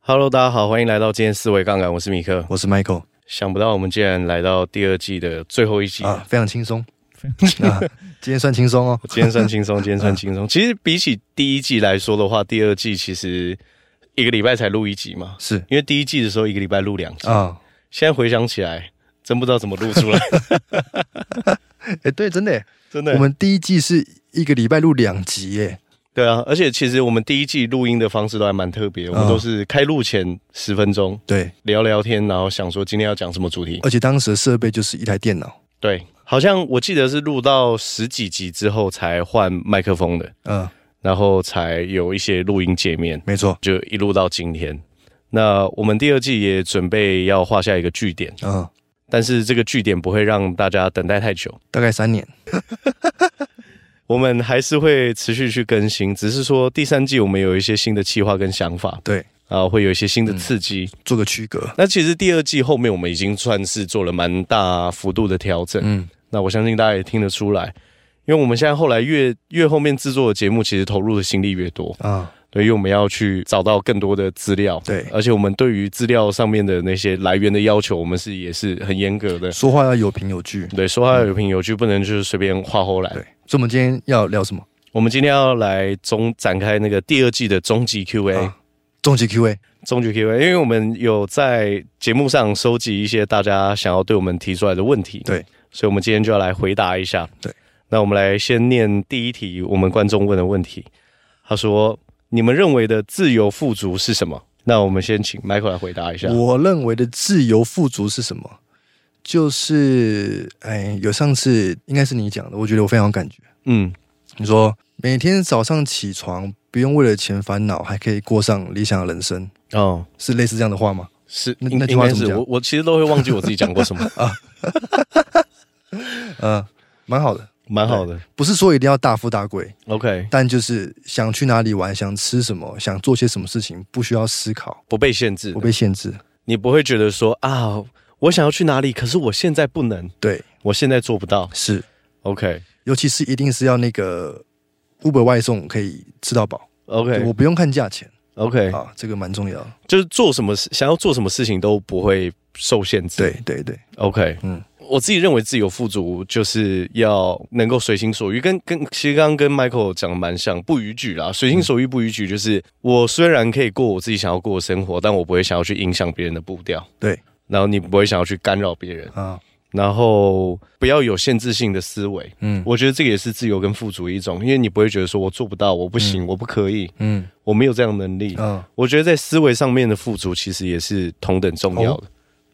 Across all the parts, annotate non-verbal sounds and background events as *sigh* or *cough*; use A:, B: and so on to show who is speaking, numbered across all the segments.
A: Hello，大家好，欢迎来到今天思维杠杆，我是米克。
B: 我是 Michael
A: 想不到我们竟然来到第二季的最后一集，
B: 啊，非常轻松，啊， *laughs* 今天算轻松哦，
A: 今天算轻松，今天算轻
B: *laughs*
A: 松。其实比起第一季来说的话，第二季其实一个礼拜才录一集嘛，
B: 是
A: 因为第一季的时候一个礼拜录两集，
B: 啊，
A: 现在回想起来，真不知道怎么录
B: *laughs*
A: 出来，
B: 哎，对，真的耶，
A: 真的
B: 我。们第一季是一个礼拜录两集耶，
A: 对啊，而且其实我们第一季录音的方式都还蛮特别，我们
B: 嗯
A: 都是开录前十分钟
B: 对，
A: 聊聊天，然后想说今天要讲什么主题。
B: 而且当时的设备就是一台电脑，
A: 对，好像我记得是录到十几集之后才换麦克风的，
B: 嗯，
A: 然后才有一些录音界面，
B: 没错，
A: 就一路到今天。那我们第二季也准备要画下一个据点，
B: 嗯，
A: 但是这个据点不会让大家等待太久，
B: 大概三年，
A: 我们还是会持续去更新，只是说第三季我们有一些新的计划跟想法，
B: 对，
A: 啊，会有一些新的刺激。
B: 做个区隔，
A: 那其实第二季后面我们已经算是做了蛮大幅度的调整，
B: 嗯，
A: 那我相信大家也听得出来，因为我们现在后来越越后面制作的节目，其实投入的心力越多，
B: 啊，
A: 对，因为我们要去找到更多的资料，
B: 对
A: 而且我们对于资料上面的那些来源的要求，我们是也是很严格的，
B: 说话要有凭有据，
A: 对，说话有凭有据，不能就是随便画后来
B: 对。，所以我们今天要聊什么？
A: 我们今天要来终展开那个第二季的终极 Q&A，、
B: 啊终极 Q&A，
A: 终极 Q&A，因为我们有在节目上收集一些大家想要对我们提出来的问题，
B: 对，
A: 所以我们今天就要来回答一下。
B: 对，
A: 那我们来先念第一题，我们观众问的问题，他说：“你们认为的自由富足是什么？”那我们先请 Michael 来回答一下。
B: 我认为的自由富足是什么？就是，哎，有上次应该是你讲的，我觉得我非常有感觉。
A: 嗯，
B: 你说每天早上起床不用为了钱烦恼，还可以过上理想的人生，
A: 哦，
B: 是类似这样的话吗？
A: 是，
B: 那
A: 应
B: 那句
A: 应
B: 话
A: 该
B: 怎么
A: 是
B: 讲
A: 我，我其实都会忘记我自己讲过什
B: *laughs*
A: 么，
B: 呃，蛮好的，
A: 蛮好的。
B: 不是说一定要大富大贵，
A: OK，
B: 但就是想去哪里玩，想吃什么，想做些什么事情，不需要思考，
A: 不被限制
B: 不，被限制。
A: 你不会觉得说啊，我想要去哪里，可是我现在不能，
B: 对，
A: 我现在做不到。
B: 是，
A: OK。
B: 尤其是一定是要那个 Uber 外送可以吃到饱，
A: OK
B: 我不用看价钱
A: OK，
B: 啊，这个蛮重要的。
A: 就是做什么事，想要做什么事情都不会受限制。
B: 对对对，
A: ，OK，嗯
B: 嗯，
A: 我自己认为自由富足就是要能够随心所欲，跟跟其实刚刚跟 Michael 讲的蛮像，不逾矩啦。随心所欲不逾矩，就是我虽然可以过我自己想要过的生活，但我不会想要去影响别人的步调。
B: 对，
A: 然后你不会想要去干扰别人，
B: 啊，
A: 然后不要有限制性的思维。
B: 嗯
A: 我觉得这个也是自由跟富足的一种，因为你不会觉得说我做不到，我不行，我不可以，
B: 嗯
A: 我没有这样的能力。
B: 啊
A: 我觉得在思维上面的富足其实也是同等重要的。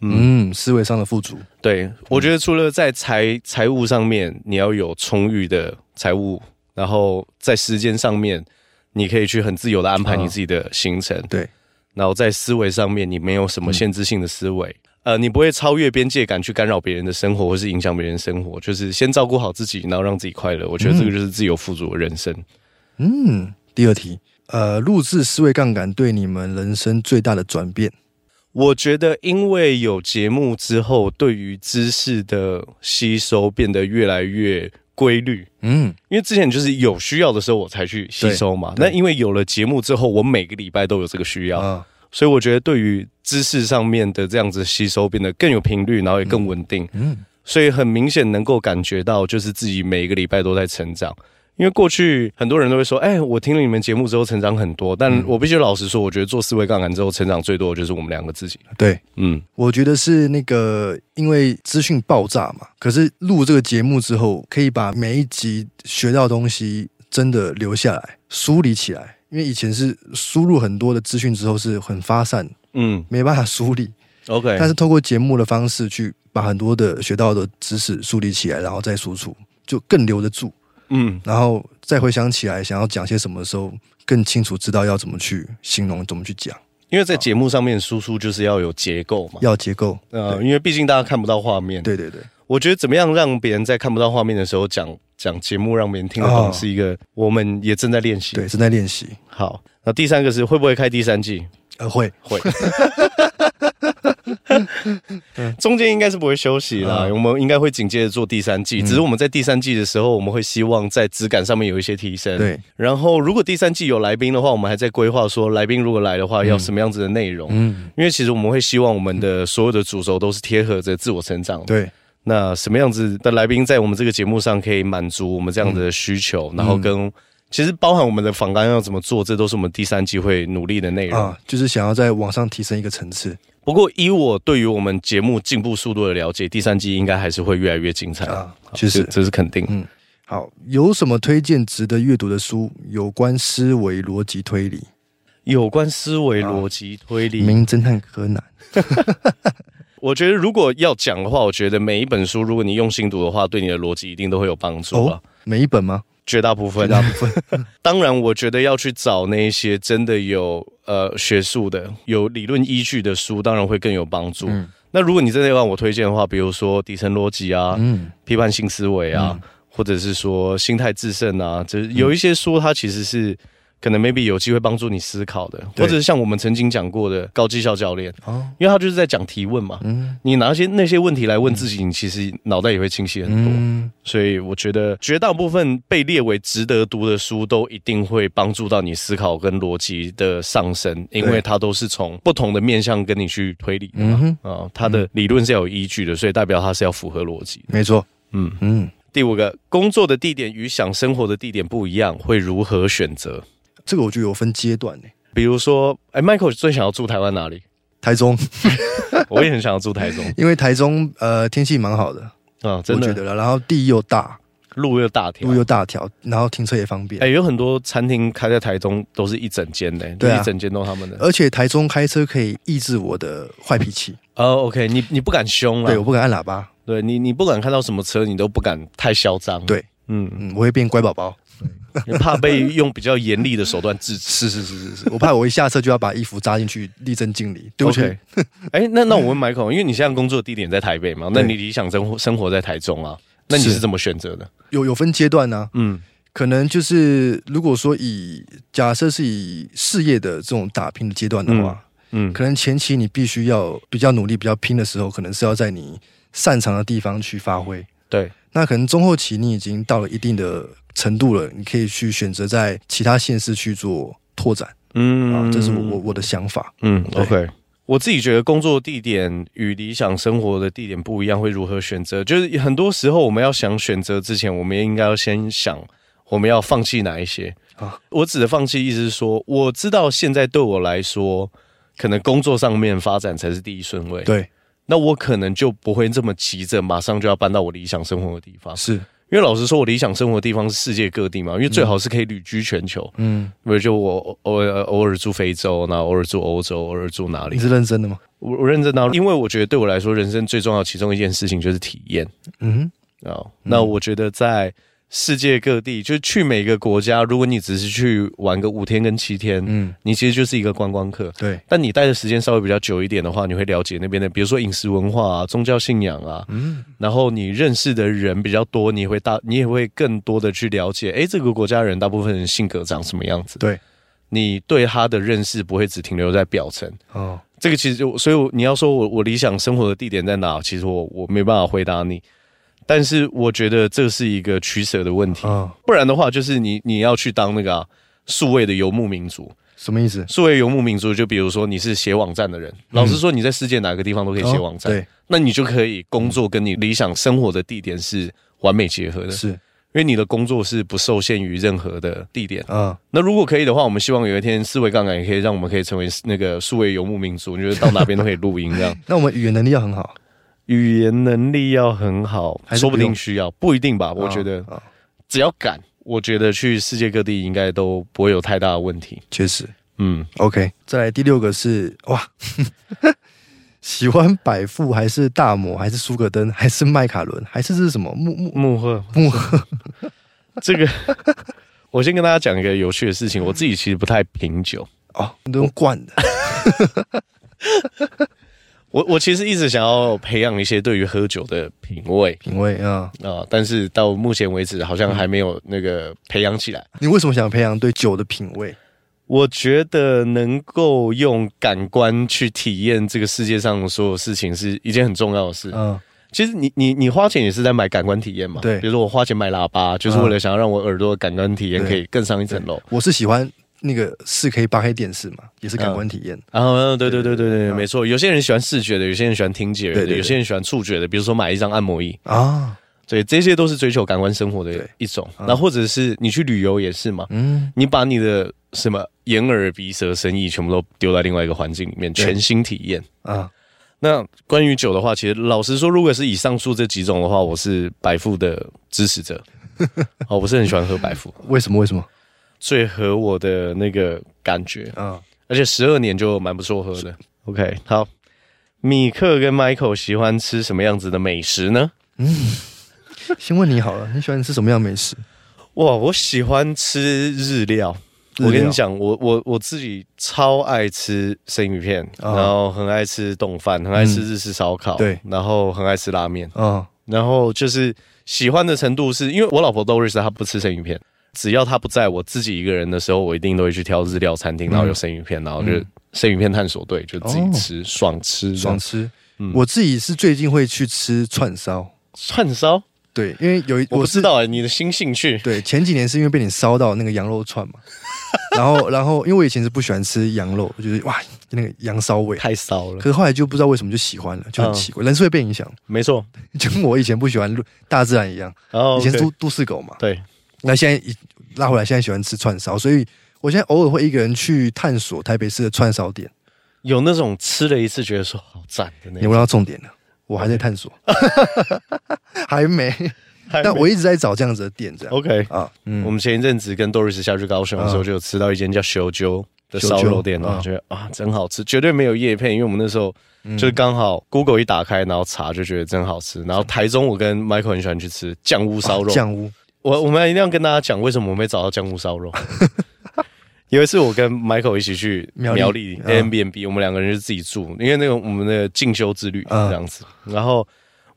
B: 嗯，思维上的富足，
A: 对，我觉得除了在财财务上面，你要有充裕的财务，然后在时间上面，你可以去很自由的安排
B: 嗯
A: 你自己的行程。
B: 对，
A: 然后在思维上面，你没有什么限制性的思维。呃，你不会超越边界感去干扰别人的生活，或是影响别人的生活，就是先照顾好自己，然后让自己快乐。我觉得这个就是自由富足的人生。
B: 嗯。第二题，呃，录制思维杠杆对你们人生最大的转变，
A: 我觉得，因为有节目之后，对于知识的吸收变得越来越规律。
B: 嗯，
A: 因为之前就是有需要的时候我才去吸收嘛，那因为有了节目之后，我每个礼拜都有这个需要，
B: 啊，
A: 所以我觉得对于知识上面的这样子吸收变得更有频率，然后也更稳定，
B: 嗯，
A: 所以很明显能够感觉到，就是自己每一个礼拜都在成长。因为过去很多人都会说，哎，我听了你们节目之后成长很多，
B: 嗯
A: 但我必须老实说，我觉得做思维杠杆之后成长最多的就是我们两个自己。
B: 对，
A: 嗯，
B: 我觉得是那个，因为资讯爆炸嘛。可是录这个节目之后，可以把每一集学到的东西真的留下来，梳理起来。因为以前是输入很多的资讯之后是很发散，
A: 嗯
B: 没办法梳理。
A: ，OK，
B: 但是透过节目的方式去把很多的学到的知识梳理起来，然后再输出，就更留得住。
A: 嗯，
B: 然后再回想起来想要讲些什么的时候，更清楚知道要怎么去形容，怎么去讲，
A: 因为在节目上面输出就是要有结构嘛，
B: 要结构。
A: 呃，因为毕竟大家看不到画面，
B: 对对对，
A: 我觉得怎么样让别人在看不到画面的时候讲讲节目，让别人听得懂，
B: 哦
A: 是一个我们也正在练习。
B: 对，正在练习。呃 *laughs*
A: 好，那第三个是会不会开第三季？
B: 呃，会
A: 会。中间应该是不会休息
B: 啊
A: 啦，我们应该会紧接着做第三
B: 嗯
A: 季。只是我们在第三季的时候，我们会希望在质感上面有一些提升。
B: 对，
A: 然后如果第三季有来宾的话，我们还在规划说来宾如果来的话要什么样子的内容。
B: 嗯，
A: 因为其实我们会希望我们的所有的主轴都是贴合着自我成长的。
B: 对，
A: 那什么样子的来宾在我们这个节目上可以满足我们这样的需求，
B: 嗯
A: 然后跟、其实包含我们的访纲要怎么做，这都是我们第三季会努力的内容。
B: 啊，就是想要再往上提升一个层次
A: 不过以我对于我们节目进步速度的了解，第三季应该还是会越来越精彩。
B: 啊，
A: 这
B: 确实。
A: 这是肯定。
B: 嗯好，有什么推荐值得阅读的书？有关思维逻辑推理，
A: 有关思维逻辑推
B: 《
A: 理，
B: 名侦探柯南》
A: 我觉得如果要讲的话，我觉得每一本书，如果你用心读的话，对你的逻辑一定都会有帮助啊。
B: 哦，每一本吗？
A: 绝大部分，
B: *laughs* 绝大部分
A: 当然，我觉得要去找那一些真的有呃学术的、有理论依据的书，当然会更有帮助。
B: 嗯
A: 那如果你真的要让我推荐的话，比如说底层逻辑啊、
B: 嗯，
A: 批判性思维啊，或者是说心态制胜啊，
B: 嗯
A: 就是有一些书它其实是可能 maybe 有机会帮助你思考的，
B: 对
A: 或者是像我们曾经讲过的高绩效教练，
B: 哦，
A: 因为他就是在讲提问嘛。
B: 嗯
A: 你拿些那些问题来问自己，你其实脑袋也会清晰很多。
B: 嗯，
A: 所以我觉得绝大部分被列为值得读的书，都一定会帮助到你思考跟逻辑的上升，因为它都是从不同的面向跟你去推理的嘛。
B: 嗯
A: 啊、它的理论是要有依据的，所以代表它是要符合逻辑的。
B: 没错，
A: 嗯，
B: 嗯，
A: 第五个，工作的地点与想生活的地点不一样，会如何选择？
B: 这个我觉得有分阶段呢。
A: 比如说，哎，Michael 最想要住台湾哪
B: *laughs*
A: 里？
B: 台中，
A: 我也很想要住台中
B: 因为台中呃天气蛮好的，
A: 啊，真
B: 我觉
A: 的，啊
B: 得了，然后地又大，
A: 路又大条
B: 路，又大条，然后停车也方便
A: 哎，，有很多餐厅开在台中，都是一整间的，
B: 对啊
A: 一整间都他们的。
B: 而且台中开车可以抑制我的坏
A: *laughs*
B: 脾气，
A: 哦、o k 你你不敢凶了
B: 呃对，，我不敢按喇叭，
A: 对你你不敢看到什么车，你都不敢太嚣张，
B: 对，
A: 嗯，
B: 嗯，我会变乖宝
A: *laughs*
B: 宝，
A: 你怕被用比较严厉的手段制止。
B: *laughs* 是是是是是，我怕我一下车就要把衣服扎进去，立正敬礼，对不起，
A: OK，哎， *laughs* 那那我问 Michael，因为你现在工作的地点在台北嘛，那
B: 对
A: 你理想生活生活在台中啊，那你
B: 是
A: 是怎么选择的？
B: 有有分阶段呢、
A: 嗯，
B: 可能就是如果说以假设是以事业的这种打拼的阶段的话，
A: 嗯
B: 可能前期你必须要比较努力、比较拼的时候，可能是要在你擅长的地方去发挥。
A: 对，
B: 那可能中后期你已经到了一定的程度了，你可以去选择在其他县市去做拓展啊，
A: 嗯
B: 这是我我我的想法。
A: 嗯
B: 对
A: ，OK。我自己觉得工作地点与理想生活的地点不一样，会如何选择？就是很多时候我们要想选择之前，我们也应该要先想我们要放弃哪一些
B: 啊
A: 我指的放弃，意思是说，我知道现在对我来说，可能工作上面发展才是第一顺位。，
B: 对，
A: 那我可能就不会这么急着马上就要搬到我理想生活的地方，
B: 是，
A: 因为老实说，我理想生活的地方是世界各地嘛，因为最好是可以旅居全球。
B: 嗯，
A: 比如就我偶尔偶尔住非洲，然后偶尔住欧洲，偶尔住哪里
B: 你？是认真的吗？
A: 我我认真到，因为我觉得对我来说，人生最重要的其中一件事情就是体验
B: 嗯
A: 啊、那我觉得在世界各地，就是去每个国家，如果你只是去玩个五天跟七天，
B: 嗯，
A: 你其实就是一个观光客。
B: 对，
A: 但你待的时间稍微比较久一点的话，你会了解那边的，比如说饮食文化啊、宗教信仰啊，
B: 嗯
A: 然后你认识的人比较多，你也会大，你也会更多的去了解，诶，这个国家人大部分人性格长什么样子。
B: 对，
A: 你对他的认识不会只停留在表层。
B: 哦，
A: 这个其实就，所以我你要说我我理想生活的地点在哪，其实我我没办法回答你。但是我觉得这是一个取舍的问题，
B: 哦，
A: 不然的话就是你你要去当那个啊、数位的游牧民族。
B: 什么意思？
A: 数位游牧民族，就比如说你是写网站的人，老实说你在世界哪个地方都可以写网站，
B: 哦
A: 那你就可以工作跟你理想生活的地点是完美结合的，
B: 对，
A: 因
B: 是
A: 为你的工作是不受限于任何的地点。
B: 啊，
A: 那如果可以的话，我们希望有一天思维杠杆也可以让我们可以成为那个数位游牧民族，你觉得到哪边都可以录音这样。
B: 那我们语言能力要很好，
A: 语言能力要很好，
B: 还是
A: 说不
B: 不
A: 定
B: 用
A: 需要，不一定吧？我
B: 哦
A: 觉得
B: 哦
A: 只要敢，我觉得去世界各地应该都不会有太大的问题。
B: 确实。
A: 嗯，
B: OK，再来第六个是哇， *laughs* 喜欢百富还是大摩还是苏格登还是麦卡伦还是这是什么木木
A: 幕后，
B: 幕后？
A: *laughs* 这个 *laughs* 我先跟大家讲一个有趣的事情，我自己其实不太品酒，
B: 哦，你都用罐的，
A: 我我其实一直想要培养一些对于喝酒的品味
B: 品味啊、
A: 啊、但是到目前为止好像还没有那个培养起来。
B: 你为什么想培养对酒的品味？
A: 我觉得能够用感官去体验这个世界上的所有事情是一件很重要的事。
B: 嗯，
A: 其实你你你花钱也是在买感官体验嘛，
B: 对
A: 比如说我花钱买喇叭，就是为了想要让我耳朵的感官体验可以更上一层楼。
B: 我是喜欢那个四 K 八 K 电视嘛，也是感官体验。
A: 然后，啊对对对对对，
B: 嗯
A: 没错。有些人喜欢视觉的，有些人喜欢听觉
B: 对对
A: 的，
B: 对
A: 有些人喜欢触觉的，比如说买一张按摩椅，
B: 啊，
A: 对，这些都是追求感官生活的
B: 对
A: 一种。那或者是你去旅游也是嘛，
B: 嗯，
A: 你把你的什么眼耳鼻舌身意全部都丢在另外一个环境里面，
B: 对
A: 全新体验。
B: 啊，
A: 那关于酒的话，其实老实说，如果是以上述这几种的话，我是百富的支持 *laughs* 者。哦，我是很喜欢喝百富，
B: 为什么？为什么？
A: 最合我的那个感觉，
B: 啊，
A: 而且十二年就蛮不错喝的。OK，好，米克跟 Michael 喜欢吃什么样子的美食呢？
B: *laughs* 先问你好了，你喜欢吃什么样的美食？
A: 哇，我喜欢吃日料。
B: 日料
A: 我跟你讲，我我我自己超爱吃生鱼片，
B: 啊
A: 然后很爱吃冻饭，很爱吃日式烧烤，
B: 对
A: 然后很爱吃拉面。
B: 啊，
A: 然后就是喜欢的程度是，因为我老婆都认识，她不吃生鱼片。只要她不在我自己一个人的时候，我一定都会去挑日料餐厅，然后有生鱼片，然
B: 嗯
A: 后就生鱼片探索队，就自己吃，爽吃这
B: 爽
A: 样。
B: 吃
A: 嗯。
B: 我自己是最近会去吃串烧，
A: 串烧，
B: 对，因为有一
A: 我不
B: 是
A: 知道、欸、你的新兴趣。
B: 对，前几年是因为被你烧到那个羊肉 *laughs* 串嘛，然后然后因为我以前是不喜欢吃羊肉，我觉得哇那个羊骚味，
A: 太骚了
B: 可，是后来就不知道为什么就喜欢了，就很
A: 嗯
B: 奇怪，人是会被影响，
A: 没错。
B: 就跟我以前不喜欢大自然一样，
A: 然后
B: 以前是
A: OK，
B: 都都市狗嘛，
A: 对，
B: 那现在一拉回来，现在喜欢吃串烧，所以我现在偶尔会一个人去探索台北市的串烧店。
A: 有那种吃了一次觉得说好赞的那
B: 你
A: 种。
B: 问到重点了，我还在探索， *laughs* 还没，
A: *laughs*
B: 但我一直在找这样子的店，这样
A: OK，
B: 啊，
A: 我
B: 嗯，
A: 们前一阵子跟 Doris 下去高雄的时候，
B: 嗯
A: 就有吃到一间叫修鸠的
B: 修
A: 烧
B: 鸠
A: 肉店，然后
B: 嗯
A: 觉得啊，真好吃，绝对没有叶片，因为我们那时候就是
B: 嗯
A: 刚好 Google 一打开，然后查就觉得真好吃。然后台中我跟 Michael 很喜欢去吃酱屋烧肉，
B: 哦酱屋
A: 我我们一定要跟大家讲为什么我们会找到酱屋
B: *laughs*
A: 烧肉。有一次我跟 Michael 一起去
B: 苗栗
A: 苗栗
B: 嗯
A: a m b n b 我们两个人就自己住，因为那个我们的进修之旅
B: 嗯
A: 这样子。然后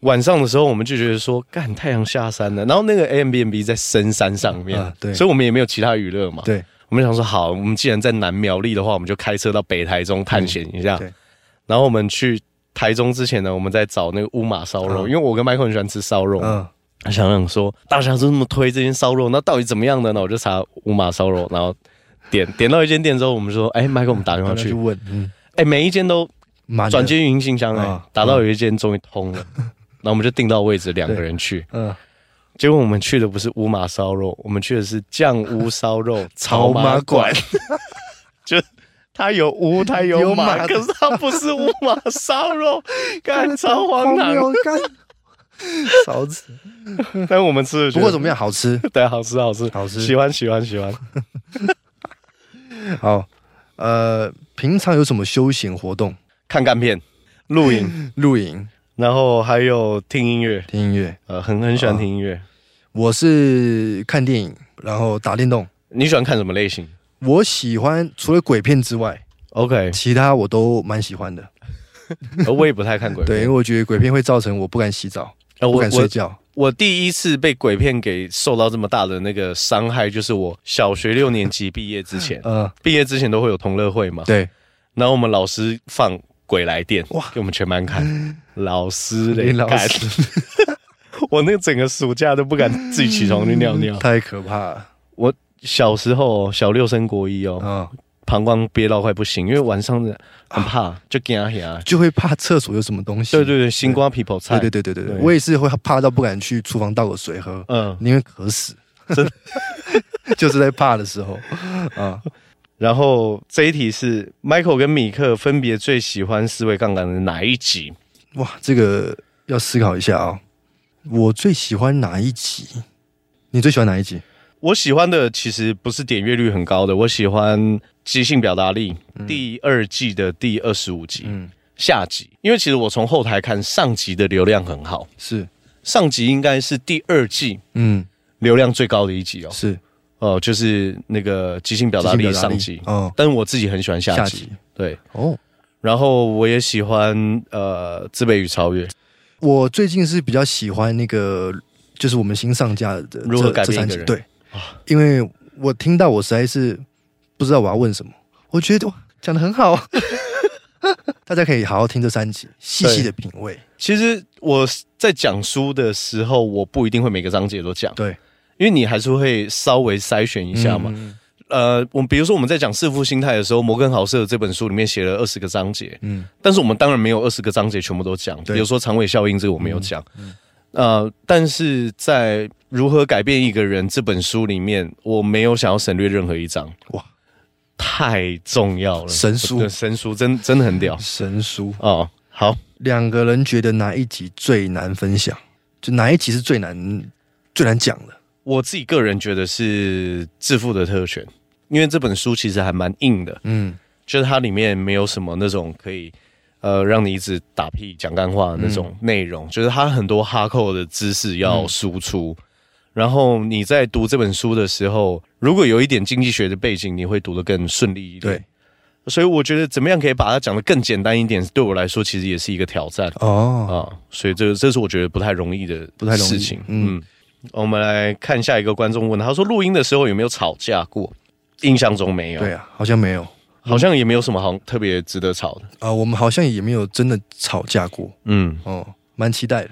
A: 晚上的时候，我们就觉得说，干太阳下山了。然后那个 a m b n b 在深山上面
B: 嗯，对
A: 所以我们也没有其他娱乐嘛。
B: 对，
A: 我们想说，好，我们既然在南苗栗的话，我们就开车到北台中探险一下。
B: 嗯对
A: 然后我们去台中之前呢，我们在找那个乌马烧肉，
B: 嗯
A: 因为我跟 Michael 很喜欢吃烧肉嘛。
B: 嗯，
A: 想想说，大家都这么推这间烧肉，那到底怎么样呢？那我就查五马烧肉，然后点点到一间店之后，我们说，哎、麦克，我们打电
B: 然
A: 话
B: 后去
A: 去，
B: 问，嗯，
A: 哎、每一间都
B: 满了
A: 转，接云信箱哎、
B: 啊
A: 打到有一间终于通了， *laughs* 那、我们就订到位置，两个人去。
B: 嗯，
A: 结果我们去的不是五马烧肉，我们去的是酱屋烧肉
B: 草
A: 草
B: 马
A: 马馆，
B: 馆 *laughs*
A: 就它有乌，它
B: 有
A: 有马，
B: 马
A: 可是它不是五马烧
B: *laughs*
A: 肉，干超荒
B: 荒
A: 唐。
B: 谬 *laughs* 干勺子，
A: 但我们吃的
B: 不过怎
A: 么
B: 么样，
A: *laughs*
B: 好吃，
A: 对，好吃好吃
B: 好吃
A: 喜欢喜欢喜欢。
B: 好，呃，平常有什么休闲活动？
A: 看干片、露营，
B: 露营、
A: 然后还有听音乐，
B: 听音乐，
A: 呃，很很喜欢听音乐。
B: 我是看电影，然后打电动。
A: 你喜欢看什么类型
B: 我喜欢除了鬼片之外，
A: ？OK，
B: 其他我都蛮喜欢的。
A: 呃我也不太看鬼
B: 对，因为
A: 片。
B: 我觉得鬼片会造成我不敢洗澡、
A: 呃
B: 不
A: 我
B: 敢睡
A: 我
B: 觉。，
A: 我第一次被鬼片给受到这么大的那个伤害，就是我小学六年级毕业之前
B: 呃，
A: 毕业之前都会有同乐会嘛，
B: 对，
A: 然后我们老师放《鬼来电》
B: 哇
A: 哇，给我们全班看，老师
B: 雷 *laughs*
A: 嘞，
B: 老
A: 干 *laughs* 我那个整个暑假都不敢自己起床去尿
B: *laughs*
A: 尿。
B: 太可怕了。
A: 我小时候小六升国一哦，
B: 啊、
A: 膀胱憋到快不行，因为晚上的很怕，就惊吓。
B: 就会怕厕所有什么东西。
A: 对对对，新瓜皮泡菜，
B: 对对对对对
A: 对
B: 我也是会怕到不敢去厨房倒个水喝，
A: 嗯。
B: 宁愿渴死。 *laughs* 就是在怕的时候啊，
A: 然后这一题是 Michael 跟米克分别最喜欢思维杠杆的哪一集？
B: 哇，这个要思考一下啊、我最喜欢哪一集？你最喜欢哪一集？
A: 我喜欢的其实不是点阅率很高的，我喜欢即兴表达力第二季的第二十五集、
B: 嗯，
A: 下集，因为其实我从后台看上集的流量很好，
B: 是，
A: 上集应该是第二季
B: 嗯，
A: 流量最高的一集哦，
B: 是
A: 哦、就是那个即兴表达力上集，
B: 哦，
A: 但我自己很喜欢
B: 下
A: 下集
B: 集
A: 对，
B: 哦。
A: 然后我也喜欢呃《自卑与超越》，
B: 我最近是比较喜欢那个，就是我们新上架的这
A: 如何改变
B: 这三
A: 一个
B: 集
A: 人
B: 对，因为我听到我实在是不知道我要问什么。我觉得哇讲的很好， *laughs* 大家可以好好听这三集，细细的品味。
A: 其实我在讲书的时候，我不一定会每个章节都讲，
B: 对，
A: 因为你还是会稍微筛选一下嘛。
B: 嗯
A: 呃，我们比如说我们在讲《致富心态》的时候，摩根豪瑟这本书里面写了二十个章节，
B: 嗯，
A: 但是我们当然没有二十个章节全部都讲，比
B: 对嗯
A: 如说长尾效应这个我没有讲，呃，但是在《如何改变一个人》这本书里面，我没有想要省略任何一章，哇
B: 哇，
A: 太重要了，
B: 神书
A: 对神书真真的很屌
B: 神书。
A: 哦。好，
B: 两个人觉得哪一集最难分享？就哪一集是最难最难讲的？
A: 我自己个人觉得是《致富的特权》，因为这本书其实还蛮硬的，
B: 嗯，
A: 就是它里面没有什么那种可以呃让你一直打屁讲干话的那种内容，就是它很多哈扣的知识要输出。然后你在读这本书的时候，如果有一点经济学的背景，你会读得更顺利一点
B: 对。，
A: 所以我觉得怎么样可以把它讲得更简单一点，对我来说其实也是一个挑战啊、
B: 哦，
A: 所以这这是我觉得不太容易的
B: 不太容易
A: 事情。嗯
B: 嗯
A: 我们来看下一个观众问，他说录音的时候有没有吵架过？印象中没有，
B: 对啊，好像没有啊、
A: 好像也没有什么好特别值得吵的。
B: 我们好像也没有真的吵架过 *laughs*
A: 嗯，
B: 哦，蛮期待的。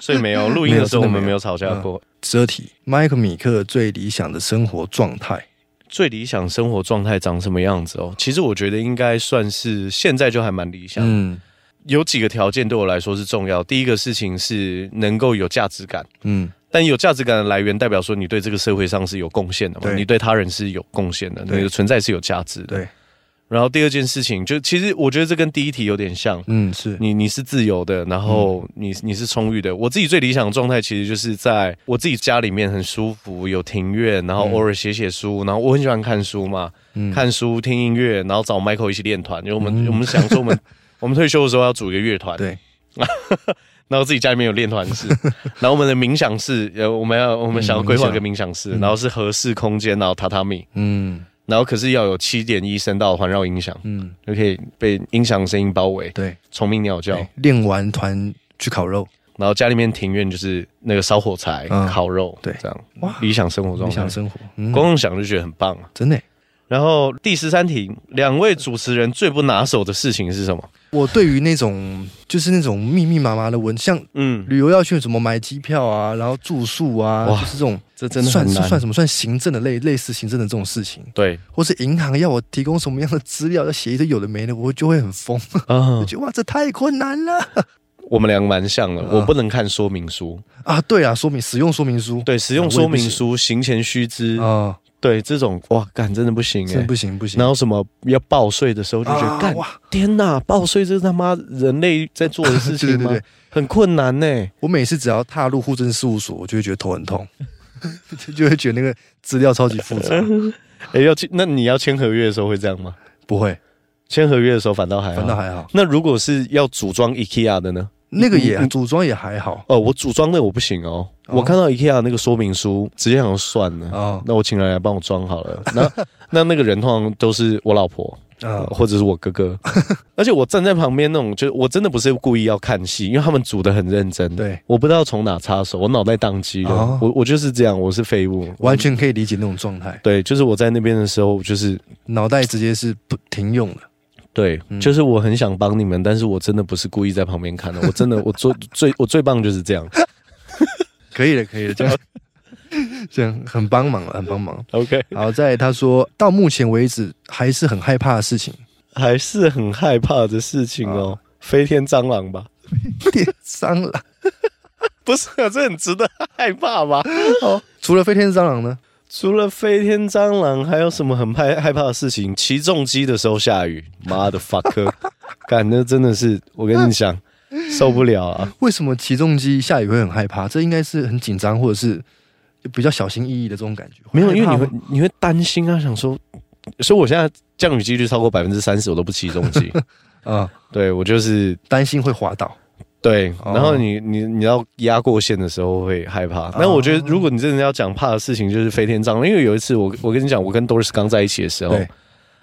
A: 所以没有录音的时候我们没有吵架过。
B: 第二题，麦克米克最理想的生活状态，
A: 最理想生活状态长什么样子哦？其实我觉得应该算是现在就还蛮理想。
B: 嗯
A: 有几个条件对我来说是重要。第一个事情是能够有价值感，
B: 嗯，
A: 但有价值感的来源代表说你对这个社会上是有贡献的嘛，
B: 对
A: 你对他人是有贡献的，
B: 对
A: 你的存在是有价值的。
B: 对，
A: 然后第二件事情就其实我觉得这跟第一题有点像，
B: 嗯是，
A: 你你是自由的，然
B: 嗯
A: 后你你是充裕的。我自己最理想的状态，其实就是在我自己家里面很舒服，有庭院，然后偶尔写写书，然后我很喜欢看书嘛，
B: 嗯
A: 看书听音乐，然后找 Michael 一起练团，因为我们、
B: 嗯
A: 我们想说我
B: *laughs*
A: 们我们退休的时候要组一个乐团，
B: 对，
A: *laughs* 然后自己家里面有练团室，然后我们的冥想室，呃，我们要我们想要
B: 嗯
A: 规划一
B: 冥想
A: 个冥想室，然后是合适空间，然后榻榻米，
B: 嗯
A: 然后可是要有七点一声道的环绕音响，
B: 嗯
A: 就可以被音响声音包围，
B: 对，
A: 虫鸣鸟叫
B: 对。练完团去烤肉，
A: 然后家里面庭院就是那个烧火柴、
B: 嗯
A: 烤肉，
B: 对
A: 这样
B: 哇
A: 理想生活状
B: 理
A: 态
B: 想，生活，嗯，
A: 光用想就觉得很棒啊。
B: 真的耶。
A: 然后第十三题，两位主持人最不拿手的事情是什么？
B: 我对于那种就是那种密密麻麻的文，像
A: 嗯，
B: 旅游要去怎么买机票啊，然后住宿啊，
A: 哇
B: 就是这种
A: 这真的
B: 算
A: 很难
B: 是算什么？算行政的类类似行政的这种事情，
A: 对
B: 或是银行要我提供什么样的资料，要写一堆有的没的，我就会很疯，
A: 啊
B: *laughs* 我，觉得哇，这太困难了
A: 我们两个蛮像的，
B: 啊
A: 我不能看说明书，
B: 啊！对啊，说明使用说明书，
A: 对，使用
B: 啊
A: 说明书、行前须知，
B: 啊，
A: 对这种哇，干真的不行
B: 真
A: 哎。
B: 不行不行
A: 然，后什么要报税的时候就觉得
B: 啊
A: 干
B: 哇，
A: 天哪，报税这是他妈人类在做的事
B: 对
A: 情
B: 对
A: 吗
B: *laughs* 对对？
A: 很困难呢。
B: 我每次只要踏入户政事务所，我就会觉得头很痛， *laughs* 就会觉得那个资料超级复 *laughs* 杂，
A: 哎，要签那你要签合约的时候会这样吗？
B: 不会，
A: 签合约的时候反倒还好。
B: 反倒还好，
A: 那如果是要组装 IKEA 的呢？
B: 那个
A: 你
B: 也啊
A: 你
B: 组装也还好
A: 哦，我组装的我不行哦，
B: 哦
A: 我看到 IKEA 那个说明书，直接想说算了，
B: 哦
A: 那我请人来帮我装好了。那 *laughs* 那那个人通常都是我老婆。呃
B: 啊，
A: 或者是我哥
B: *laughs*
A: 哥，而且我站在旁边那种，就是我真的不是故意要看戏，因为他们组的很认真。
B: 对，
A: 我不知道从哪插手，我脑袋宕机了。
B: 哦
A: 我我就是这样，我是废物。
B: 完全可以理解那种状态。
A: 对，就是我在那边的时候，就是
B: 脑袋直接是不停用了。
A: 对，
B: 嗯
A: 就是我很想帮你们，但是我真的不是故意在旁边看的，我真的 *laughs* 我做最我最棒就是这样。
B: 可以了，可以了，这 *laughs* 样这样很帮忙了，很帮忙。
A: OK，
B: 好，再来他说到目前为止还是很害怕的事 *laughs* 情，
A: 还是很害怕的事情哦，飞天蟑螂吧？
B: 电蟑螂。
A: 不是啊，这很值得害怕吧？
B: 哦，除了飞天蟑螂呢？
A: 除了飞天蟑螂，还有什么很害害怕的事情？骑重机的时候下雨，妈的 fuck，干那真的是，我跟你讲，受不了啊！
B: 为什么起重机下雨会很害怕？这应该是很紧张，或者是比较小心翼翼的这种感觉。
A: 没有，因为你
B: 害怕
A: 会
B: 吗
A: 你会担心啊，想说，所以我现在降雨几率超过百分之三十，我都不骑重 *laughs* 机。
B: 啊、
A: 对我就是
B: 担心会滑倒。
A: 对，
B: 哦哦
A: 然后你你你要压过线的时候会害怕。那我觉得，如果你真的要讲怕的事情，就是飞天蟑螂。因为有一次我，我跟你讲，我跟 Doris 刚在一起的时候
B: 对，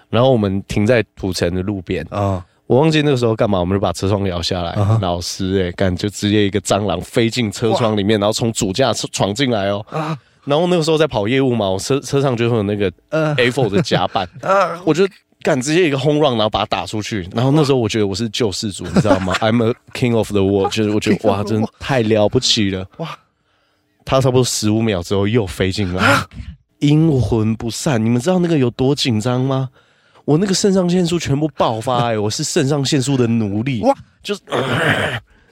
A: 然后我们停在土城的路边，
B: 啊、
A: 我忘记那个时候干嘛，我们就把车窗摇下来
B: 啊哈。
A: 老欸师哎、干就直接一个蟑螂飞进车窗里面，然后从主驾车闯进来哦。
B: 啊，
A: 然后那个时候在跑业务嘛，我车车上就会有那个
B: 呃
A: A4 的夹
B: *laughs*
A: 板，
B: 啊，
A: 我就敢直接一个轰 run，然后把它打出去。然后那时候我觉得我是救世主，你知道吗？I'm a king of the world，就是我觉
B: *laughs* King
A: 得
B: of the
A: 哇，真的太了不起了
B: 哇
A: 哇！他差不多十五秒之后又飞进
B: 啊
A: 来，阴魂不散。你们知道那个有多紧张吗？我那个肾上腺素全部爆发、哎，我是肾上腺素的奴隶，
B: 哇
A: 哇，就是。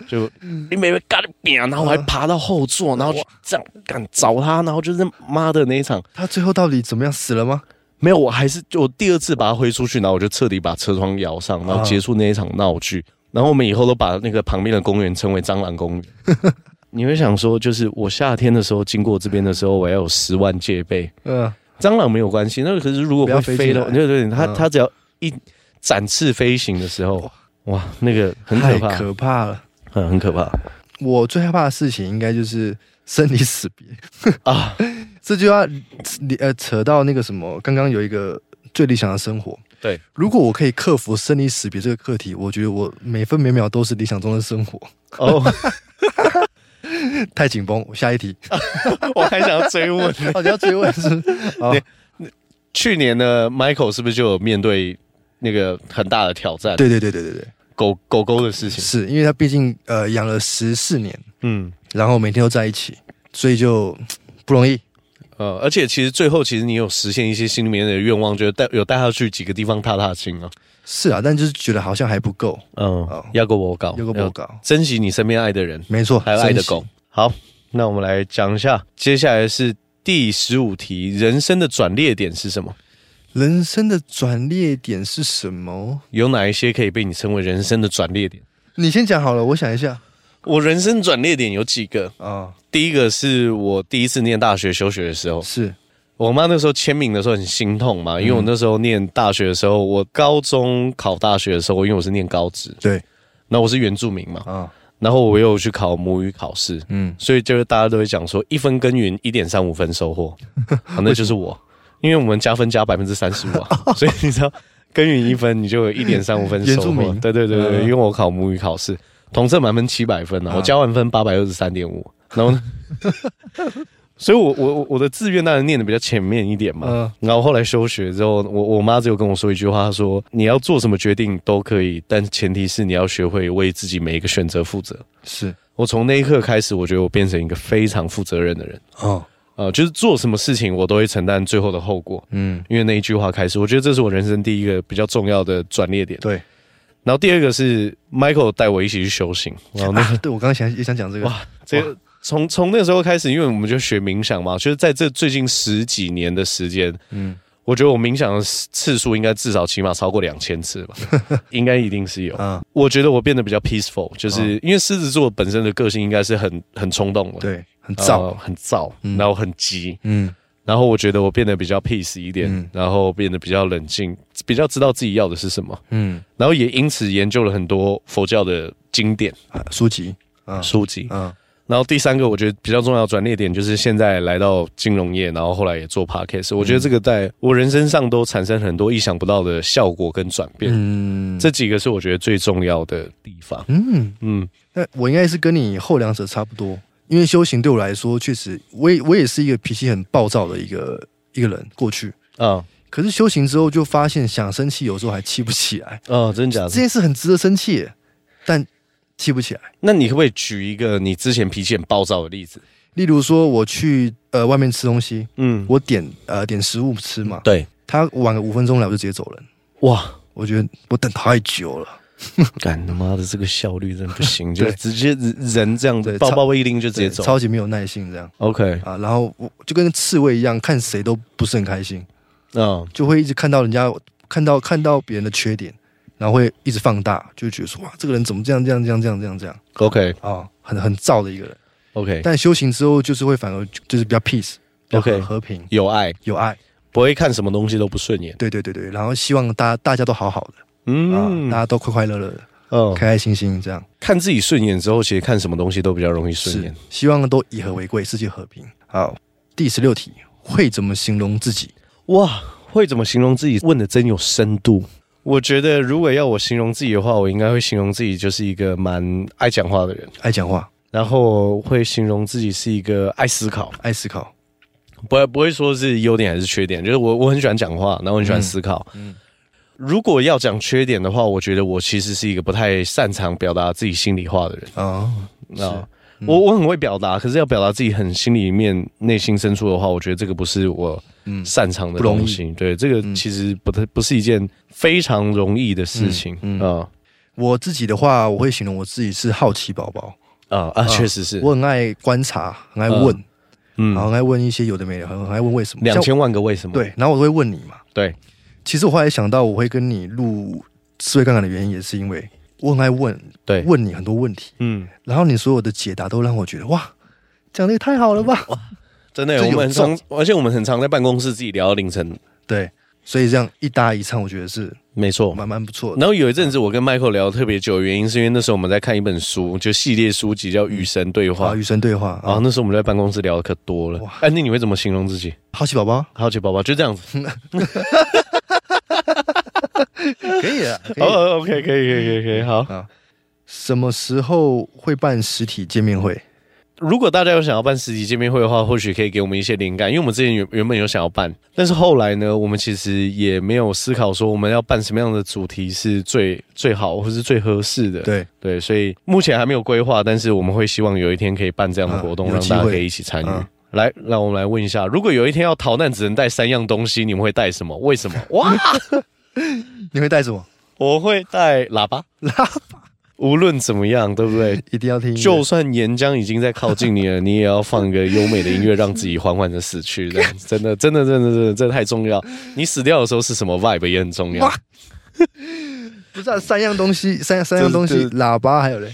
A: 就你妹妹干扁，然后
B: 嗯
A: 我还爬到后座，然后就这样敢找他，然后就是妈的那一场，
B: 他最后到底怎么样死了吗？
A: 没有，我还是我第二次把它挥出去，然后我就彻底把车窗摇上，然后结束那一场闹剧。然后我们以后都把那个旁边的公园称为蟑螂
B: *laughs*
A: 公园。你会想说，就是我夏天的时候经过这边的时候，我要有十万戒备。
B: 嗯，
A: 蟑螂没有关系，那个可是如果
B: 不要
A: 会
B: 飞
A: 飞的，
B: 进来
A: 对对对，它
B: 嗯
A: 它只要一展翅飞行的时候，哇，那个很可
B: 太
A: 怕，
B: 可怕了。
A: 嗯，很可怕
B: 我最害怕的事情应该就是生离死别， *laughs*
A: 啊！
B: 这就要呃扯到那个什么，刚刚有一个最理想的生活。 *laughs*
A: 对，
B: 如果我可以克服生离死别这个课题，我觉得我每分每秒都是理想中的生活。 *laughs*
A: 哦，
B: 太紧绷，下
A: *laughs*
B: 一题。
A: 我还想要追问， *laughs*
B: 哦，你要追问是不是？好，对
A: 去年的 Michael 是不是就有面对那个很大的挑战？
B: 对对对对对，
A: 狗狗狗的事情，
B: 是因为他毕竟呃养了十四年，
A: 嗯，
B: 然后每天都在一起，所以就嗯不容易。
A: 呃，而且其实最后其实你有实现一些心里面的愿望，就是带有带他去几个地方踏踏青啊，
B: 是啊，但就是觉得好像还不够，
A: 嗯，要个我搞，
B: 有个不搞。
A: 珍惜你身边爱的人，
B: 没错，
A: 还有爱的
B: 生
A: 狗。好，那我们来讲一下，接下来是第十五题，人生的转捩点是什么？
B: 气。人生的转捩点是什么？
A: 有哪一些可以被你称为人生的转捩点？
B: 你先讲好了，我想一下
A: 我人生转捩点有几个？
B: 啊、
A: 第一个是我第一次念大学休学的时候，
B: 是
A: 我妈那时候签名的时候很心痛嘛，
B: 嗯
A: 因为我那时候念大学的时候，我高中考大学的时候，因为我是念高职，
B: 对
A: 那我是原住民嘛，
B: 啊，
A: 然后我又去考母语考试，
B: 嗯，
A: 所以就是大家都会讲说一分耕耘一点三五分收
B: *laughs*
A: 获，啊那就是我，因为我们加分加百分之三十五
B: *laughs*
A: 啊，所以你知道耕耘一分你就有一点三五分
B: 原
A: 收
B: 住
A: 获
B: 民，
A: 对对对对，
B: 嗯
A: 因为我考母语考试，统测满分七百分啊，我加完分八百二十三点五，然后呢， *laughs* 所以我我我我的志愿当然念的比较前面一点嘛，
B: 嗯
A: 然后后来休学之后，我我妈只有跟我说一句话，她说你要做什么决定都可以，但前提是你要学会为自己每一个选择负责。
B: 是
A: 我从那一刻开始，我觉得我变成一个非常负责任的人，
B: 哦，
A: 呃，就是做什么事情我都会承担最后的后果。
B: 嗯，
A: 因为那一句话开始，我觉得这是我人生第一个比较重要的转捩点。
B: 对
A: 然后第二个是 Michael 带我一起去修行，然
B: *laughs*
A: 后那
B: 啊，对我刚刚想也想讲这个，
A: 哇，这个从从那时候开始，因为我们就学冥想嘛，就是在这最近十几年的时间，
B: 嗯
A: 我觉得我冥想的次数应该至少起码超过两千次
B: *laughs*
A: 吧，应该一定是有。
B: 啊，
A: 我觉得我变得比较 peaceful，就是因为狮子座本身的个性应该是很很冲动的，
B: 嗯对，很
A: 呃，
B: 燥，
A: 很燥，
B: 嗯
A: 然后很急，
B: 嗯
A: 然后我觉得我变得比较 peace 一点，
B: 嗯
A: 然后变得比较冷静，比较知道自己要的是什么，
B: 嗯，
A: 然后也因此研究了很多佛教的经典
B: 啊书籍，啊
A: 书籍。
B: 啊，
A: 然后第三个我觉得比较重要的转捩点就是现在来到金融业，然后后来也做 podcast，我觉得这个在我人生上都产生很多意想不到的效果跟转变。
B: 嗯，
A: 这几个是我觉得最重要的地方。
B: 嗯，
A: 嗯，
B: 那我应该是跟你后两者差不多，因为修行对我来说，确实，我也我也是一个脾气很暴躁的一个一个人，过去。
A: 啊
B: 可是修行之后，就发现想生气，有时候还气不起来。
A: 啊，真假
B: 这？件事很值得生气耶，但气不起来。
A: 那你可不可以举一个你之前脾气很暴躁的例子？
B: 例如说，我去呃外面吃东西，
A: 嗯，
B: 我点呃点食物吃嘛，
A: 对，
B: 他晚个五分钟来，我就直接走人。
A: 哇，
B: 我觉得我等太久了，
A: 干他妈的这个效率真不 *laughs* 行，就
B: 对
A: 直接人这样
B: 对
A: 子抱抱一拎就直接
B: 对
A: 走。
B: 超级没有耐心这样
A: OK，
B: 啊。然后我就跟刺猬一样，看谁都不是很开心，
A: 嗯，
B: 就会一直看到人家看到看到别人的缺点，然后会一直放大，就觉得说哇，这个人怎么这样这样这样这样这样这样
A: o k
B: 啊，很很燥的一个人。
A: o k
B: 但修行之后，就是会反而就是比较 peace，比较
A: OK
B: 和和平，
A: 有爱，
B: 有爱。
A: 不会看什么东西都不顺眼。
B: 对对对对，然后希望大家大家都好好的、啊，
A: 嗯，
B: 大家都快快乐乐的，
A: 哦，
B: 开开心心这样。
A: 看自己顺眼之后，其实看什么东西都比较容易顺
B: 是
A: 眼。，
B: 希望都以和为贵，世界和平。好，第十六题，会怎么形容自己？
A: 哇，会怎么形容自己？问的真有深度。我觉得如果要我形容自己的话，我应该会形容自己就是一个蛮爱讲话的人，
B: 爱讲话，
A: 然后会形容自己是一个爱思考，
B: 爱思考，
A: 不会不会说是优点还是缺点，就是我我很喜欢讲话，然后很喜欢思考。
B: 嗯嗯
A: 如果要讲缺点的话，我觉得我其实是一个不太擅长表达自己心里话的人。
B: 啊，
A: 啊，我我很会表达，可是要表达自己很心里面内心深处的话，我觉得这个不是我
B: 嗯
A: 擅长的
B: 不容嗯
A: 东西。对，这个其实不太不是一件非常容易的事情
B: 嗯嗯
A: 啊
B: 我自己的话，我会形容我自己是好奇宝宝，
A: 啊啊！确实是，
B: 我很爱观察，很爱问，然后
A: 嗯，
B: 很爱问一些有的没的，很很爱问为什么。
A: 两
B: 像
A: 千万个为什么？
B: 对，然后我会问你嘛。
A: 对，
B: 其实我后来想到，我会跟你录思维杠杆的原因，也是因为我很爱问，
A: 对
B: 问你很多问题，
A: 嗯，
B: 然后你所有的解答都让我觉得哇，讲的也太好了吧？
A: 真的，
B: 就
A: 我
B: 有
A: 们很
B: 这
A: 常，而且我们很常在办公室自己聊到凌晨。
B: 对，所以这样一搭一唱，我觉得是
A: 没错，
B: 蛮蛮不错的。
A: 然后有一阵子我跟 Michael 聊得特别久，原因是因为那时候我们在看一本书，就系列书籍叫《与神对话
B: 啊，》与神对话
A: 啊。
B: 啊，
A: 那时候我们在办公室聊的可多了
B: 哇。
A: 安妮，你会怎么形容自己？
B: 好奇
A: *laughs*
B: 宝宝
A: 好奇宝宝就这样子。
B: 可以的，可以的。
A: 哦，OK，可以，可以，可以，可以。好，
B: 什么时候会办实体见面会？
A: 如果大家有想要办实体见面会的话，或许可以给我们一些灵感，因为我们之前原原本有想要办，但是后来呢，我们其实也没有思考说我们要办什么样的主题是最最好或是最合适的。
B: 对，
A: 对，所以目前还没有规划，但是我们会希望有一天可以办这样的活动，
B: 嗯有
A: 让
B: 机会
A: 大家可以一起参与
B: 嗯。
A: 来，让我们来问一下，如果有一天要逃难，只能带三样东西，你们会带什么？为什么？
B: *laughs*
A: 哇，
B: 你会带什么？
A: 我会带喇叭，喇叭。无论怎么样，对不对？
B: 一定要听音乐，
A: 就算岩浆已经在靠近你了，你也要放一个优美的音乐，让自己缓缓的死去。这样 *laughs* 子，真的，真的，真的，真的，这太重要。你死掉的时候是什么 vibe 也很重要
B: 哇。不是、啊、三样东西，三三样东西
A: 这，
B: 喇叭还有嘞，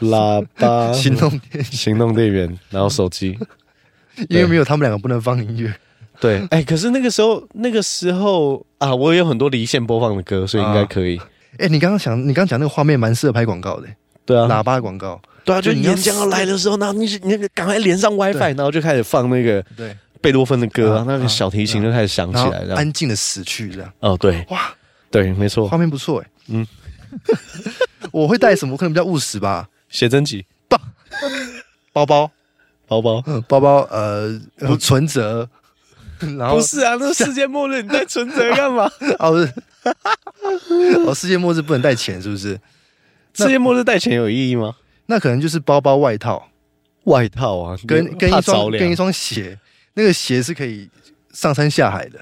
A: 喇叭，
B: 行动电，
A: 行动电源，然后手机，
B: *laughs* 因为没有他们两个不能放音乐，
A: 对，哎、可是那个时候，那个时候啊，我有很多离线播放的歌，所以应该可以。
B: 哎、你刚刚想，你刚刚讲那个画面蛮适合拍广告的、
A: 对啊，
B: 喇叭的广告。
A: 对啊，就
B: 就你
A: 演
B: 要
A: 讲要来的时候，然后你你那个赶快连上 WiFi，然后就开始放那个
B: 对，
A: 贝多芬的歌啊
B: 啊，
A: 那个小提琴就开始响起
B: 然后
A: 来，这样。
B: 安静的死去，这样
A: 哦，对，
B: 哇，
A: 对，没错
B: 画，面不错哎、
A: 嗯
B: 嗯， *laughs* 我会带什么？我可能比较务实吧，
A: 写真集、
B: 包包，
A: 包包。
B: 嗯，包包，呃，呃存 *laughs* 折，然后
A: 不是啊，那世界末日你带存折干
B: *laughs*
A: 嘛？
B: 哦，不是哦，世界末日不能带钱，是不是？
A: 世界末日带钱有意义吗？
B: 那可能就是包包、外套，
A: 外套啊，
B: 跟跟
A: 怕
B: 一
A: 着
B: 双跟
A: 凉
B: 一，双鞋，那个鞋是可以上山下海的。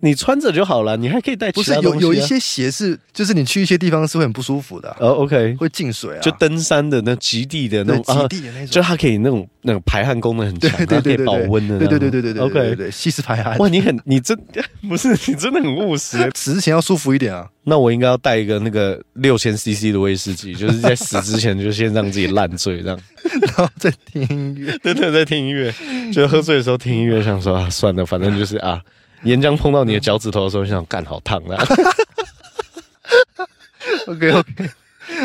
A: 你穿着就好了，你还可以带
B: 不
A: 其
B: 是
A: 他东
B: 有
A: 西啊。
B: 有一些鞋是，就是你去一些地方是会很不舒服的啊、
A: 哦，OK，
B: 会进水啊，
A: 就登山的那极地的那
B: 对
A: 种啊
B: 极地的那
A: 就
B: 种，
A: 它可以那种那种排汗功能很强，
B: 对
A: 它
B: 对
A: 可以
B: 对对
A: 保
B: 对，
A: 温的那
B: 对
A: 种。
B: 对对对对对对
A: OK，
B: 对，吸湿排汗。
A: 哇，你很你真 *laughs* 不是你真的很务
B: *laughs*
A: 实。
B: 只是想要舒服一点啊，
A: 那我应该要带一个那个六千 CC 的威士忌，就是在死之前就先让自己烂醉，这样。
B: 然后再听 *laughs* 音
A: *laughs*
B: 乐。
A: 真的在听音乐，就喝醉的时候听音乐，想说啊，算了，反正就是啊，岩浆碰到你的脚趾头的时候，就想干好烫啊。
B: OK OK，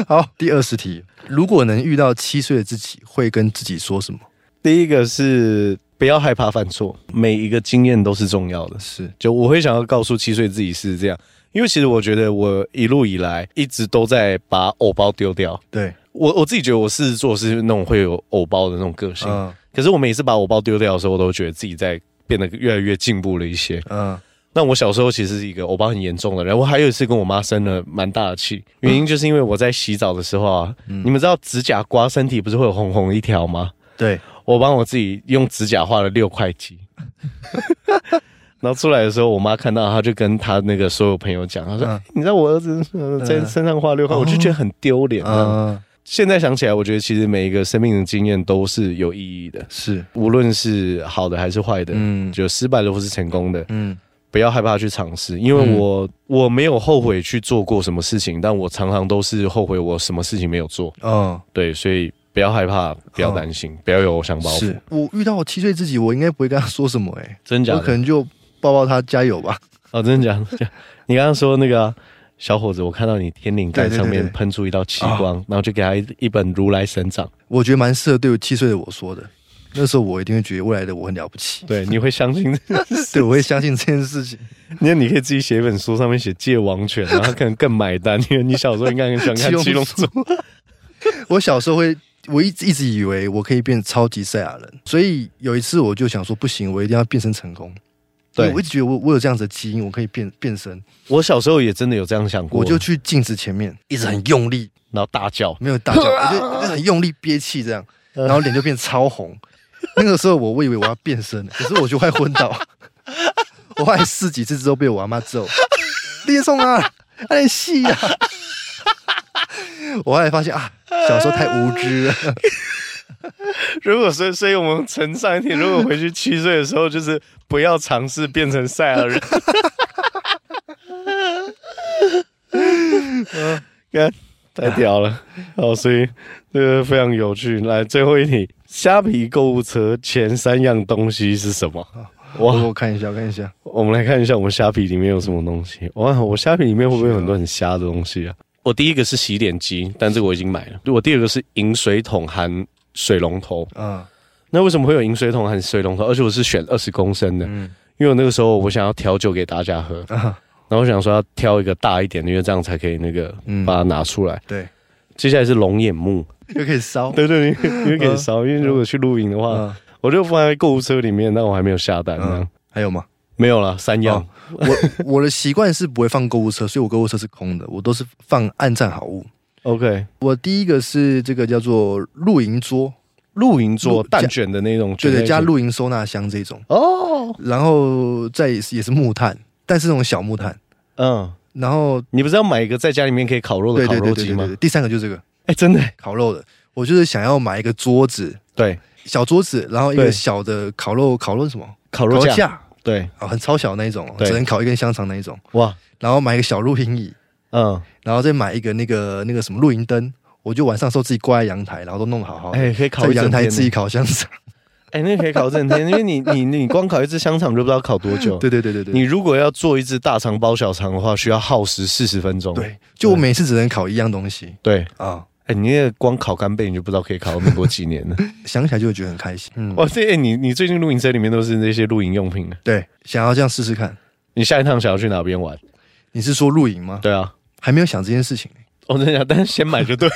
B: 好， *laughs* 第二十题，如果能遇到七岁的自己，会跟自己说什么？
A: 第一个是不要害怕犯错，每一个经验都是重要的。
B: 是，
A: 就我会想要告诉七岁自己是这样，因为其实我觉得我一路以来一直都在把偶包丢掉。
B: 对，
A: 我我自己觉得我狮子座是那种会有偶包的那种个性，
B: 嗯
A: 可是我每次把偶包丢掉的时候，我都觉得自己在变得越来越进步了一些。
B: 嗯，
A: 那我小时候其实是一个偶包很严重的人，我还有一次跟我妈生了蛮大的气，原因就是因为我在洗澡的时候啊，
B: 嗯
A: 你们知道指甲刮身体不是会有红红一条吗？
B: 对，
A: 我帮我自己用指甲画了六块肌。 *laughs* 然后出来的时候，我妈看到，她就跟她那个所有朋友讲，她说：“
B: 嗯
A: 哎你知道我儿子呃在
B: 嗯
A: 身上画六块，我就觉得很丢脸。啊
B: 嗯，
A: 现在想起来，我觉得其实每一个生命的经验都是有意义的，
B: 是，
A: 无论是好的还是坏的，
B: 嗯
A: 就失败的或是成功的，
B: 嗯
A: 不要害怕去尝试，因为我、我没有后悔去做过什么事情，但我常常都是后悔我什么事情没有做。
B: 哦，
A: 对，所以不要害怕，不要担心，不要有偶像包袱
B: 是。我遇到我七岁自己，我应该不会跟他说什么、欸，
A: 真假
B: 我可
A: 的？
B: 能就抱抱他加油吧。
A: 哦，真的假的？ *laughs* 你刚刚说那个啊、小伙子，我看到你天灵盖
B: 对对对
A: 上面
B: 对哦
A: 喷出一道奇光，然后就给他一一本如来神
B: *laughs*
A: 掌。
B: 我觉得蛮适合对七岁的我说的。那时候我一定会觉得未来的我很了不
A: *laughs*
B: 起，
A: 对，你会相信？
B: 对，我会相信这件事情。
A: 那你可以自己写一本书，上面写借王权，
B: *laughs*
A: 然后他可能更买单，因为你小时候应该很喜欢看
B: 七龙
A: 七龙珠。
B: 我小时候会我一直一直以为我可以变超级赛亚人，所以有一次我就想说，不行，我一定要变身成功。
A: 对
B: 因为我一直觉得我我有这样子的基因，我可以变变身，
A: 我小时候也真的有这样想过，
B: 我就去镜子前面，一直很用力，
A: 然后大叫，
B: 没有大叫，我就我就很用力憋气这样，然后脸就变超红。 *laughs* 那个时候我我以为我要变身，可是我就快昏倒。 *laughs* 我后来试几次之后被我阿妈揍，别送啊，还得戏啊。 *laughs* 我后来发现啊，小时候太无知了。
A: 如果所以，所以我们成上一点，如果回去七岁的时候，就是不要尝试变成赛 *laughs* 亚人。看，啊太屌 *laughs* 了！好，所以这个非常有趣。来，最后一题，虾皮购物车前三样东西是什么？哇，
B: *laughs* 我我看一下，我看一下，
A: 我们来看一下我们虾皮里面有什么东西。哇，我虾皮里面会不会有很多很瞎的东西啊？我第一个是洗脸机，但这个我已经买了。我第二个是饮水桶含水龙头，
B: 啊，
A: 那为什么会有饮水桶和水龙头？而且我是选二十公升的，因为我那个时候我想要调酒给大家喝，
B: 啊
A: 然后我想说要挑一个大一点的，因为这样才可以那个
B: 嗯
A: 把它拿出来。
B: 对，
A: 接下来是龙眼木，
B: 又可以烧。
A: 对对，嗯你因为可以烧，因为如果去露营的话，
B: 啊，
A: 我就放在购物车里面，但我还没有下单，这样、
B: 嗯还有吗？
A: 没有了三样
B: 哦。我 *laughs* 我的习惯是不会放购物车，所以我购物车是空的，我都是放暗占好物。
A: 哦 OK，
B: 我第一个是这个叫做露营桌，
A: 露营桌
B: 露加
A: 蛋卷的那种，
B: 对对，加
A: 加
B: 露营收纳箱这种，
A: 哦，
B: 然后再也是也是木炭，但是那种小木炭。
A: 嗯，
B: 然后
A: 你不是要买一个在家里面可以烤肉的烤
B: 对对
A: 肉
B: 对对
A: 机
B: 对
A: 吗
B: 对，？对第三个就是这个
A: 哎，真的欸，
B: 烤肉的，我就是想要买一个桌子，
A: 对，
B: 小桌子，然后一个
A: 对
B: 小的烤肉烤肉是什么
A: 烤
B: 烤
A: 肉架，
B: 架
A: 对，
B: 啊，很超小那一种哦，
A: 对
B: 只能烤一根香肠那一种，
A: 哇，
B: 然后买一个小露营椅，
A: 嗯。
B: 然后再买一个那个那个什么露营灯，我就晚上的时候自己挂在阳台，然后都弄好好的，
A: 哎、可以烤
B: 在
A: 一整
B: 阳台
A: 天
B: 自己烤香肠。
A: 哎、那可以烤一整天，因为你你你光烤一只香肠就不知道烤多久。
B: 对对对对
A: 你
B: 对，
A: 如果要做一只大肠包小肠的话，需要耗时四十分钟。
B: 对，就我每次只能烤一样东西
A: 对，
B: 啊，
A: 哎、你那个光烤干贝，你就不知道可以烤民国几年了。
B: 想起来就会觉得很开心。嗯，
A: *laughs* 哇，这、哎你你最近露营车里面都是那些露营用品的，
B: 对，想要这样试试看。
A: 你下一趟想要去哪边玩？
B: 你是说露营吗？
A: 对啊，
B: 还没有想这件事情。
A: 我哦真的想，但是先买就 *laughs* 对了，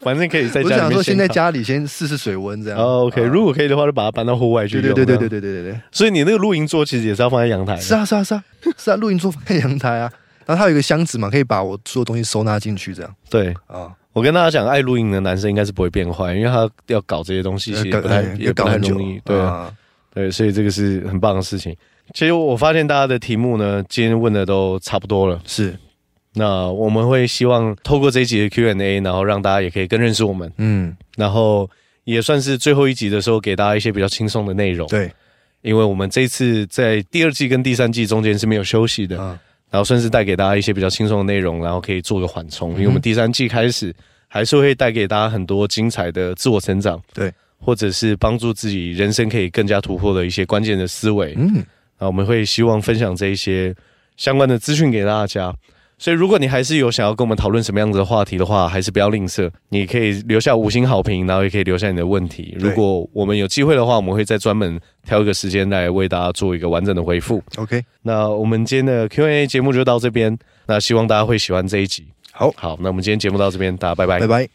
A: 反正可以在
B: 我
A: 家里面
B: 想说，先在
A: 烤。
B: 家里先试试水温这样。
A: 哦，OK，
B: 啊
A: 如果可以的话，就把它搬到户外去
B: 对
A: 用。
B: 对对对
A: 对，
B: 对对对对对，
A: 所以你那个露营桌其实也是要放在阳台的。
B: 是啊是啊是啊是啊，露营桌放在 *laughs* 阳台啊，然后它有一个箱子嘛，可以把我所有东西收纳进去这样
A: 对，
B: 啊。
A: 我跟大家讲，爱露营的男生应该是不会变坏，因为他要搞这些东西，其实不太
B: 哎
A: 也不
B: 搞
A: 太
B: 很久
A: 容易。，对啊，
B: 啊
A: 对，所以这个是很棒的事情。其实我发现大家的题目呢，今天问的都差不多了。
B: 是
A: 那我们会希望透过这一集的 Q&A，然后让大家也可以更认识我们，
B: 嗯
A: 然后也算是最后一集的时候给大家一些比较轻松的内容。
B: 对
A: 因为我们这一次在第二季跟第三季中间是没有休息的，
B: 啊
A: 然后算是带给大家一些比较轻松的内容，然后可以做个缓冲，因为我们第三季开始还是会带给大家很多精彩的自我成长，
B: 对，
A: 或者是帮助自己人生可以更加突破的一些关键的思维。
B: 嗯
A: 啊，我们会希望分享这一些相关的资讯给大家。所以，如果你还是有想要跟我们讨论什么样子的话题的话，还是不要吝啬，你可以留下五星好评，然后也可以留下你的问题。
B: 对
A: 如果我们有机会的话，我们会再专门挑一个时间来为大家做一个完整的回复。
B: ，OK，
A: 那我们今天的 Q&A 节目就到这边，那希望大家会喜欢这一集。
B: 好，
A: 好，那我们今天节目到这边，大家拜拜
B: 拜。拜。